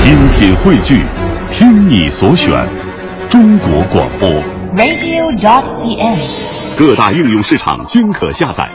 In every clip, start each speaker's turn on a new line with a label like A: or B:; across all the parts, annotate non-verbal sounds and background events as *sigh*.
A: 精品汇聚，听你所选，中国广播。
B: radio.cn。
A: 各大应用市场均可下载。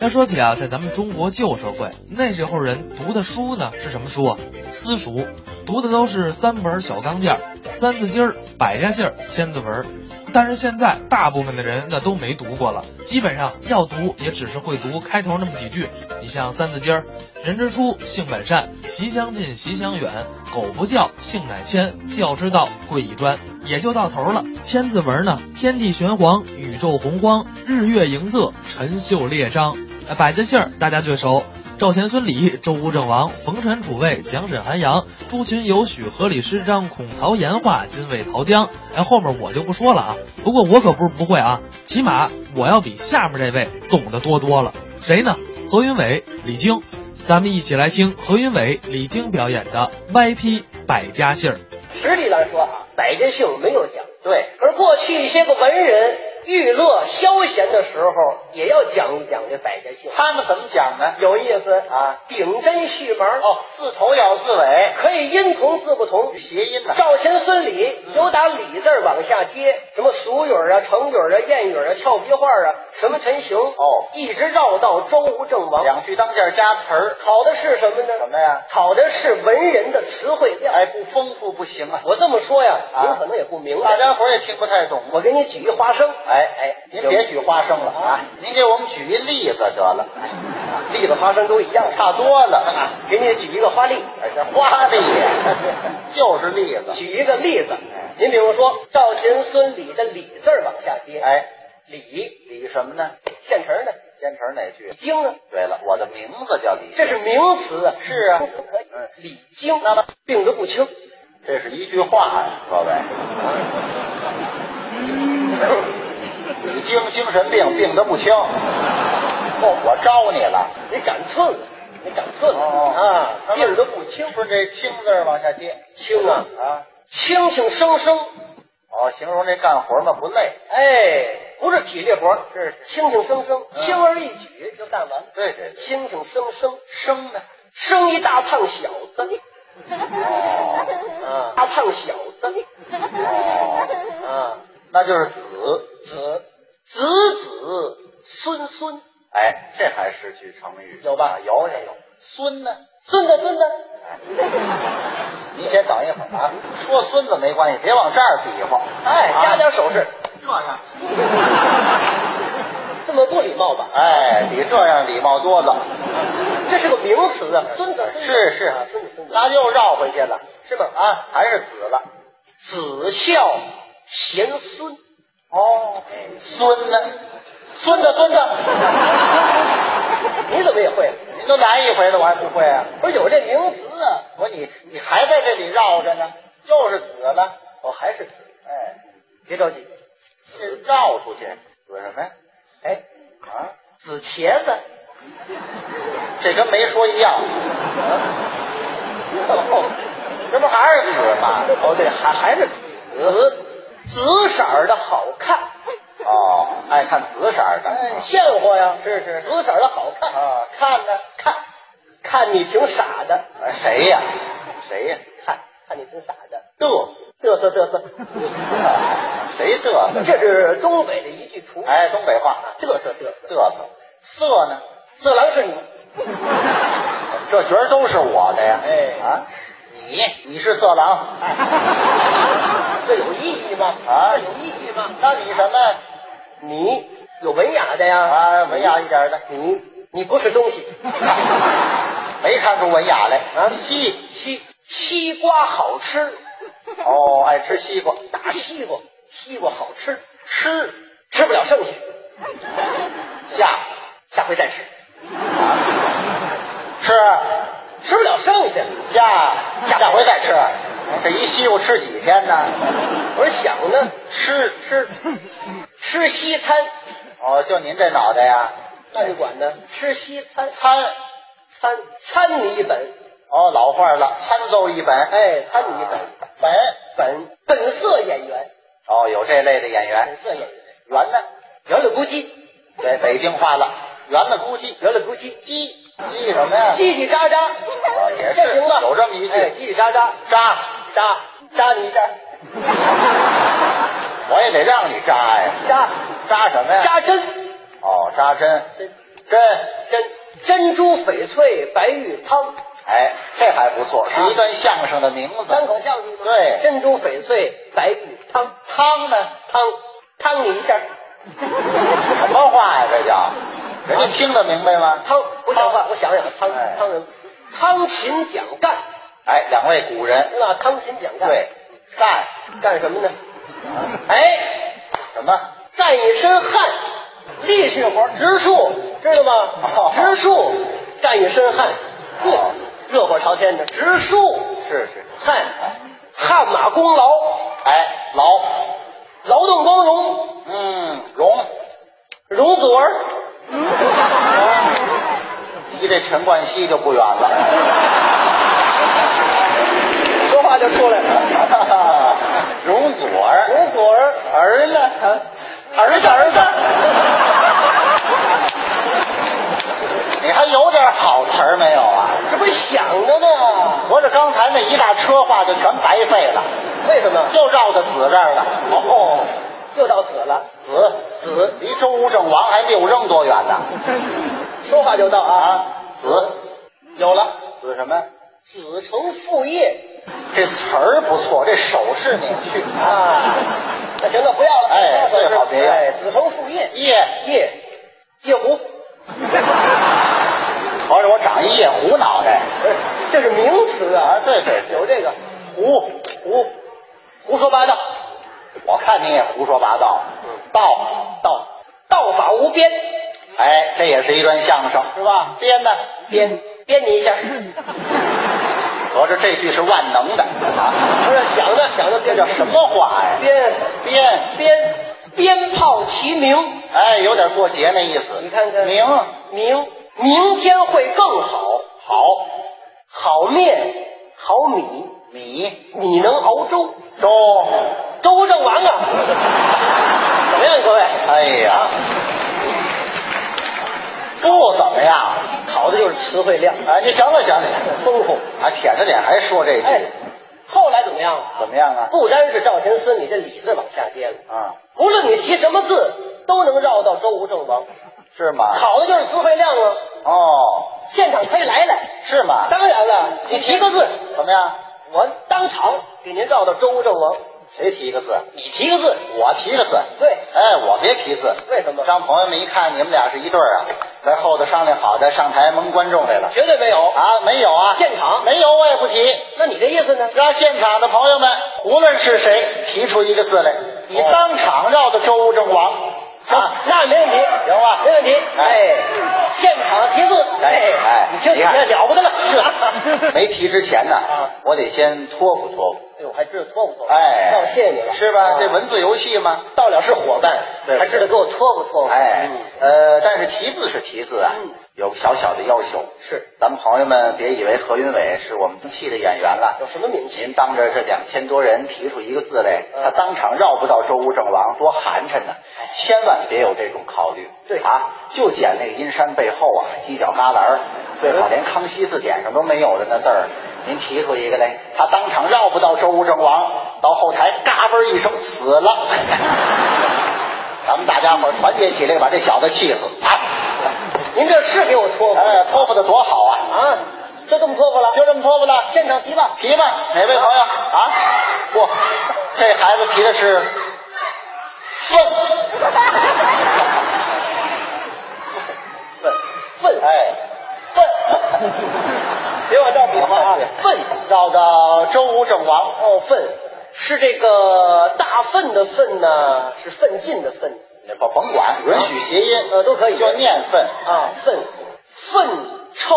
C: 要说起啊，在咱们中国旧社会，那时候人读的书呢是什么书啊？私塾，读的都是三本小钢件儿、三字经儿、百家姓儿、千字文儿。但是现在，大部分的人那都没读过了，基本上要读也只是会读开头那么几句。你像三字经儿，人之初，性本善，习相近，习相远，苟不教，性乃迁，教之道，贵以专，也就到头了。千字文呢，天地玄黄，宇宙洪荒，日月盈仄，辰宿列张。呃百家姓儿大家最熟，赵钱孙李周吴郑王冯陈楚卫蒋沈韩杨朱群尤许何李师张孔曹严华金魏陶姜，哎，后面我就不说了啊。不过我可不是不会啊，起码我要比下面这位懂得多多了。谁呢？何云伟、李菁。咱们一起来听何云伟、李菁表演的歪批百家姓儿。
D: 实力来说啊，百家姓没有讲对，而过去一些个文人娱乐消闲的时候，也要讲一讲这百家姓，
E: 他们怎么讲呢？
D: 有意思啊，顶针续麻
E: 哦，自头咬自尾，
D: 可以音同字不同。
E: 谐音嗯呢？
D: 赵钱孙李有打李字儿往下接，什么俗语儿啊、成语儿啊、谚语儿啊、俏皮话儿啊，什么陈形
E: 哦
D: 一直绕到周吴郑王，
E: 两句当间加词儿，
D: 考的是什么呢？
E: 什么呀？
D: 考的是文人的词汇量。
E: 哎，不丰富不行啊！
D: 我这么说呀，
E: 啊
D: 您可能也不明白。
E: 大家伙儿也听不太懂。
D: 我给你举一花生，哎哎，
E: 您别举花生了啊！您给我们举一例子得了，
D: 栗子、花生都一样，
E: 差多了。
D: 给你举一个花栗，
E: 哎，这花栗呀， *laughs* 就是栗子。
D: 举一个例子。您比如说赵钱孙李的李字儿往下接，，
E: 哎，李李什么呢？
D: 现成的
E: 先成哪句？
D: 经啊，
E: 对了，我的名字叫李，
D: 这是名词啊，
E: 是啊
D: 不可以
E: 嗯
D: 李经，那么病得不轻，
E: 这是一句话呀、各
D: *laughs*
E: 位。李菁精神病，病得不轻。哦，我招你了。
D: 你敢寸了，你敢寸了
E: 哦
D: 啊，病得不轻，
E: 顺这“轻”字儿往下接。
D: 轻啊
E: 啊！
D: 轻轻生生，
E: 哦，形容这干活嘛不累。
D: 哎，不是体力活儿，
E: 是是
D: 轻轻生生，
E: 嗯
D: 轻而易举就干完了。
E: 对对对，
D: 轻轻生生，
E: 生呢？
D: 生一大胖小子，
E: 哦
D: 啊，大胖小子，啊，
E: 那就是子
D: 子子子孙孙，
E: 哎，这还是句成语。
D: 有吧
E: 啊有有有。孙呢？
D: 孙子孙子，
E: 你先等一会儿啊。说孙子没关系，别往这儿比划。
D: 哎，
E: 啊
D: 加点手势，
E: 这样。
D: 这么不礼貌吧？
E: 哎，比这样礼貌多了。
D: 这是个名词啊，孙子
E: 是是
D: 啊，孙子孙子，
E: 那又绕回去了
D: 是吧？啊，
E: 啊，还是子了。
D: 子孝贤孙，
E: 哦，孙呢？
D: 孙子孙子， *laughs* 你怎么也会？啊
E: 您都来一回了，我还不会啊？
D: 不是有这名词啊？
E: 我说你你还在这里绕着呢，又是子了。
D: 哦，还是子，
E: 哎，
D: 别着急，
E: 这绕出去，子什么呀？
D: 哎，
E: 啊，
D: 子茄子，
E: 这跟没说一样， *laughs* 这不还是子吗？
D: 哦，对，还还是紫紫色儿的好看，
E: 哦，爱看紫色儿的。
D: 哎，现货呀，
E: 是是
D: 紫色儿的好看
E: 啊
D: 看呢，看，看你挺傻的，
E: 哎谁呀？谁呀？
D: 看看你挺傻的，
E: 嘚
D: 嘚瑟嘚瑟，
E: *laughs* 谁嘚瑟？
D: 这是东北的一句土语，
E: 哎，东北话，
D: 嘚瑟嘚瑟，
E: 嘚瑟。色呢？
D: 色狼是你，
E: 这角儿都是我的呀。
D: 哎
E: 啊，你你是色狼，
D: 这有意义吗？
E: 啊
D: 这有意义吗？
E: 那你什么呀？
D: 你有文雅的呀，
E: 啊，文雅一点的，
D: 你你不是东西，
E: *laughs* 没看出文雅来
D: 啊
E: 西西
D: 西瓜好吃，
E: 哦，爱吃西瓜，
D: 大西瓜，西瓜好吃，
E: 吃
D: 吃不了
E: *laughs*
D: 剩下，
E: 下
D: 下回再吃，
E: 吃
D: 吃不了剩下。
E: 下
D: 下
E: 下回再吃。嗯这一西瓜吃几天呢？
D: 我是想呢，
E: 吃吃嗯
D: 吃西餐，
E: 哦，就您这脑袋呀，
D: 那你管呢？吃西餐，
E: 参
D: 餐餐你一本，
E: 哦老话了，参奏一本
D: 哎，餐你一本，
E: 本
D: 本本色演员，
E: 哦，有这类的演员
D: 本，色演员，
E: 圆呢？
D: 圆了咕叽，
E: 对，北京话了，圆了估计，
D: 圆了咕叽，
E: 叽叽什么呀？
D: 叽叽喳喳，
E: 哦，也嗯也
D: 这
E: 是
D: 行吧？
E: 有这么一句
D: 哎叽里喳喳，
E: 扎，
D: 扎扎你一下，
E: 我也得让你扎呀，
D: 扎
E: 扎什么呀？
D: 扎针，
E: 哦，扎针，
D: 针
E: 针，
D: 针珍珠翡翠白玉汤，
E: 哎，这还不错，是
D: 啊
E: 一段相声的名字，
D: 三口相声。
E: 对，
D: 珍珠翡翠白玉汤，汤呢？汤汤你一下，
E: 什么话呀？这叫，人家听得明白吗？
D: 汤。我想话，我想想，汤
E: 哎
D: 汤人，汤勤蒋干，
E: 哎，两位古人，
D: 那汤勤蒋干，
E: 对，干
D: 干什么呢？哎。
E: 什么？
D: 干一身汗，力气活植树，知道吗
E: 哦？
D: 植树，干一身汗，呵
E: 哦，
D: 热火朝天的植树，
E: 是是，
D: 汗，汗马功劳，
E: 哎，劳，
D: 劳动光荣，
E: 嗯，荣，
D: 容祖儿，
E: *laughs* 离这陈冠希就不远了。
D: 说话就出来了。
E: *laughs* 容祖儿，
D: 容祖儿，
E: 儿呢？
D: 儿子，儿子，
E: 你还有点好词儿没有啊？
D: 这不想着呢？
E: 合着刚才那一大车话就全白费了，
D: 为什么？
E: 又绕到子这儿了。哦，
D: 又到子了，
E: 子子离周吴郑王还六扔多远呢？
D: *laughs* 说话就到啊。
E: 啊，子有了，子什么呀？
D: 子承父业
E: 这词儿不错，这手势拧去
D: 啊，那行，那不要了。
E: 哎最好别要
D: 哎，子承父业，
E: 夜，
D: 夜夜壶。
E: 合着我长一夜狐脑袋
D: 这是名词
E: 啊
D: 啊！，
E: 对对对，
D: 有这个
E: 胡胡
D: 胡说八道，
E: 我看你也胡说八道，道，
D: 道道法无边，
E: 哎，这也是一段相声，
D: 是吧？
E: 编呢，
D: 编编你一下，
E: 合着这句是万能的，啊
D: 不是想着想着
E: 这
D: 编
E: 叫什么话呀？
D: 编
E: 编，
D: 编鞭炮齐鸣，
E: 哎，有点过节那意思。
D: 你看看
E: 明
D: 明明天会更好，
E: 好
D: 好面好米，
E: 米
D: 米能熬粥，
E: 粥，
D: 粥正王啊！ *laughs* 怎么样，各位？
E: 哎呀，不怎么样。
D: 考的就是词汇量，
E: 哎，你行了行了，
D: 丰富。
E: 啊，舔着脸还说这句，
D: 哎，后来怎么样啊？
E: 怎么样啊？
D: 不单是赵钱孙，你这李字往下接了。
E: 啊，
D: 无论你提什么字，都能绕到周吴郑王，
E: 是吗？
D: 考的就是词汇量啊！
E: 哦，
D: 现场可以来来。
E: 是吗？
D: 当然了，你提个字，
E: 怎么样？
D: 我当场给您绕到周吴郑王；
E: 谁提个字？
D: 你提个字，
E: 我提个字。
D: 对，
E: 哎，我别提字。
D: 为什么？
E: 让朋友们一看，你们俩是一对儿啊，在后头商量好的，上台蒙观众来了
D: 绝对没有。
E: 啊？没有啊？
D: 现场
E: 没有，我也不提。
D: 那你这意思呢？
E: 让现场的朋友们，无论是谁提出一个字来，你当场绕到周吴郑王
D: 啊，那没问题，啊
E: 行吧
D: 没问题。
E: 哦哎
D: 哎，现场提字，
E: 哎哎
D: 你听
E: 你
D: 你
E: 看
D: 这了不得了。
E: *laughs* 没提之前呢
D: 啊，
E: 我得先托付托付。
D: 哎呦，还知道托付托付，
E: 哎，
D: 那我谢谢你了，
E: 是吧？这
D: 文
E: 文字游戏嘛，
D: 到了是伙伴，
E: 对
D: 还知道给我托付托付。
E: 哎
D: 嗯，
E: 呃，但是题字是题字啊
D: 嗯，
E: 有个小小的要求。
D: 是
E: 咱们朋友们别以为何云伟是我们戏的演员
D: 有
E: 了，
D: 什么名气？
E: 您当着这两千多人提出一个字来，
D: 嗯哎
E: 他当场绕不到周吴郑王，多寒碜呢！千万别有这种考虑。
D: 对
E: 啊，就捡那个阴山背后啊，犄角旮旯儿，最好连康熙字典上都没有的那字儿。您提出一个来，他当场绕不到周吴郑王，到后台嘎嘣一声死了。 *laughs* 咱们大家伙儿团结起来，把这小子气死啊！
D: 您这是给我托付
E: 哎，托付的多好啊！
D: 啊？就这么托付了？
E: 就这么托付了。
D: 现场提吧。
E: 提吧，哪位朋友啊？不，这孩子提的是粪。
D: 粪，
E: 哎，
D: 粪，别往这儿比划啊！粪，
E: 绕到周吴郑王，
D: 哦，粪是这个大粪的粪呢，是奋进的奋
E: 不甭管，允许谐音，
D: 呃都可以
E: 就念粪。
D: 啊，粪，粪臭，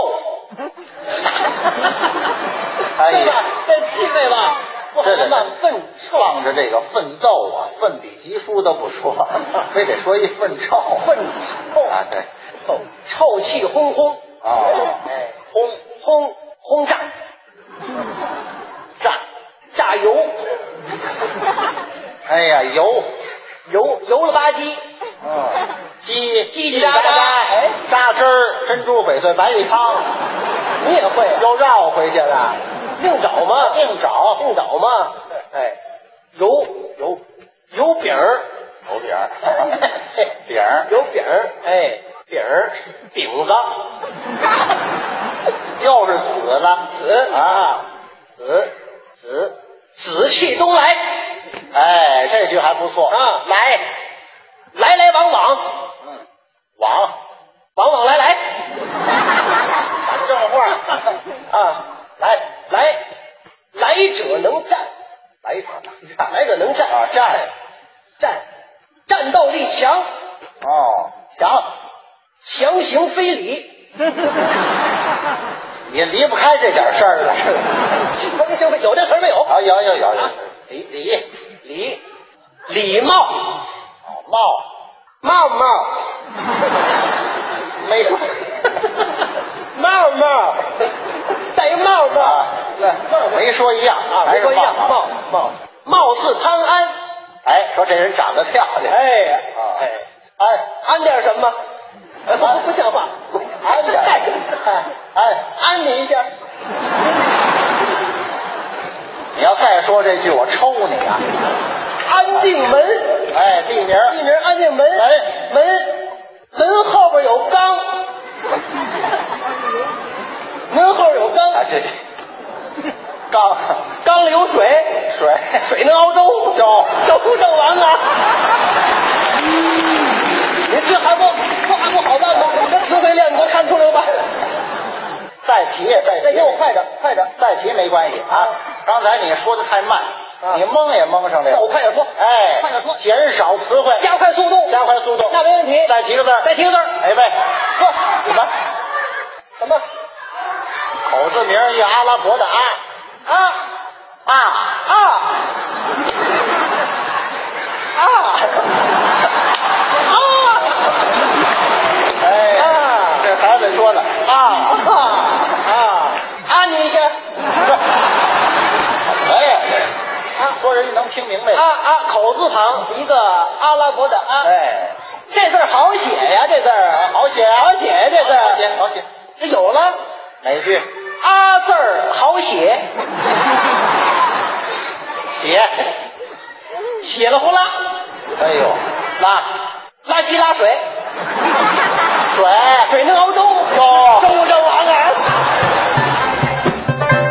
E: 哎
D: 对吧
E: 呀，？
D: 这气味吧，不
E: 对
D: 好
E: 对
D: 吧？
E: 对
D: 粪
E: 创着这个奋斗啊，奋笔疾书都不说， *laughs* 非得说一粪臭。
D: 粪臭
E: 啊，对，
D: 臭，臭气烘烘。
E: 哦
D: 哎，轰轰轰炸，炸炸油，
E: 哎呀，油，
D: 油油了吧唧，
E: 嗯，叽
D: 叽
E: 叽
D: 喳喳
E: 喳喳，
D: 哎
E: 榨汁儿、珍珠翡翠白玉汤，
D: 你也会啊？
E: 又绕回去了，
D: 另找嘛，
E: 另找
D: 另找嘛。哎，油油
E: 油饼儿，油饼 *laughs* 儿，饼儿，
D: 油饼儿，哎，饼儿
E: 饼子，又是子了，
D: 子
E: 啊，
D: 子子紫气东来
E: 哎，这句还不错，
D: 啊！
E: 来，
D: 来来往往，
E: 嗯，往，
D: 往往来来
E: 咱正话，
D: 啊！
E: 来
D: 来，来者能战，
E: 来一场
D: 来者能战
E: 啊战
D: 战战斗力强，
E: 哦，强，
D: 强行非礼，
E: 你离不开这点事儿了，是
D: 不是有这词儿没有？
E: 啊，有有有有
D: 啊，
E: 礼礼
D: 礼礼貌
E: 哦帽
D: 帽帽
E: 没有，
D: 帽帽，戴一帽
E: 啊
D: 帽，
E: 那没说一样
D: 啊，没说一样，
E: 还是
D: 貌貌貌似潘安，
E: 哎，说这人长得漂亮，
D: 哎
E: 啊
D: 哎，
E: 安
D: 安点什么？哎不不像话，
E: 安点
D: 哎
E: 安，
D: 安你一下，
E: 你要再说这句，我抽你啊！
D: 安定门。
E: 哎，地名
D: 地名安定门，
E: 哎
D: 门门后边有缸，门后边有
E: 啊，
D: 缸，
E: 这这缸
D: 缸里有水，
E: 水
D: 水能熬粥，
E: 粥
D: 粥正完啊。你这还不这还不好办吗？你这词汇量你都看出来了吧？
E: 再提再提
D: 再给我快点，快点，
E: 再提没关系啊！刚才你说的太慢，
D: 啊
E: 你蒙也蒙上来
D: 那我
E: 了。
D: 快点说，
E: 哎，
D: 快点说
E: 减少词汇，
D: 加快速度，
E: 加快速度。
D: 那没问题。
E: 再提个字儿，
D: 再提个字儿，
E: 哎喂，
D: 说
E: 什么
D: 什么
E: 口字名一阿拉伯的啊
D: 啊啊
E: 啊
D: 啊！啊
E: 哎
D: 啊
E: 这孩子说的啊
D: 啊
E: 啊，
D: 啊你一下，
E: 哎，说人家能听明白
D: 啊。啊，口字旁一个阿拉伯的啊，
E: 哎，
D: 这字儿好写呀，这字儿
E: 好写啊
D: 好写呀，这字
E: 好写
D: 儿
E: 好写，
D: 这有了，
E: 哪一句？
D: 啊字儿好写，
E: 写。
D: 写了呼啦，
E: 哎呦，拉
D: 拉稀拉水，
E: 水
D: 水能熬粥，
E: 哟
D: 粥蒸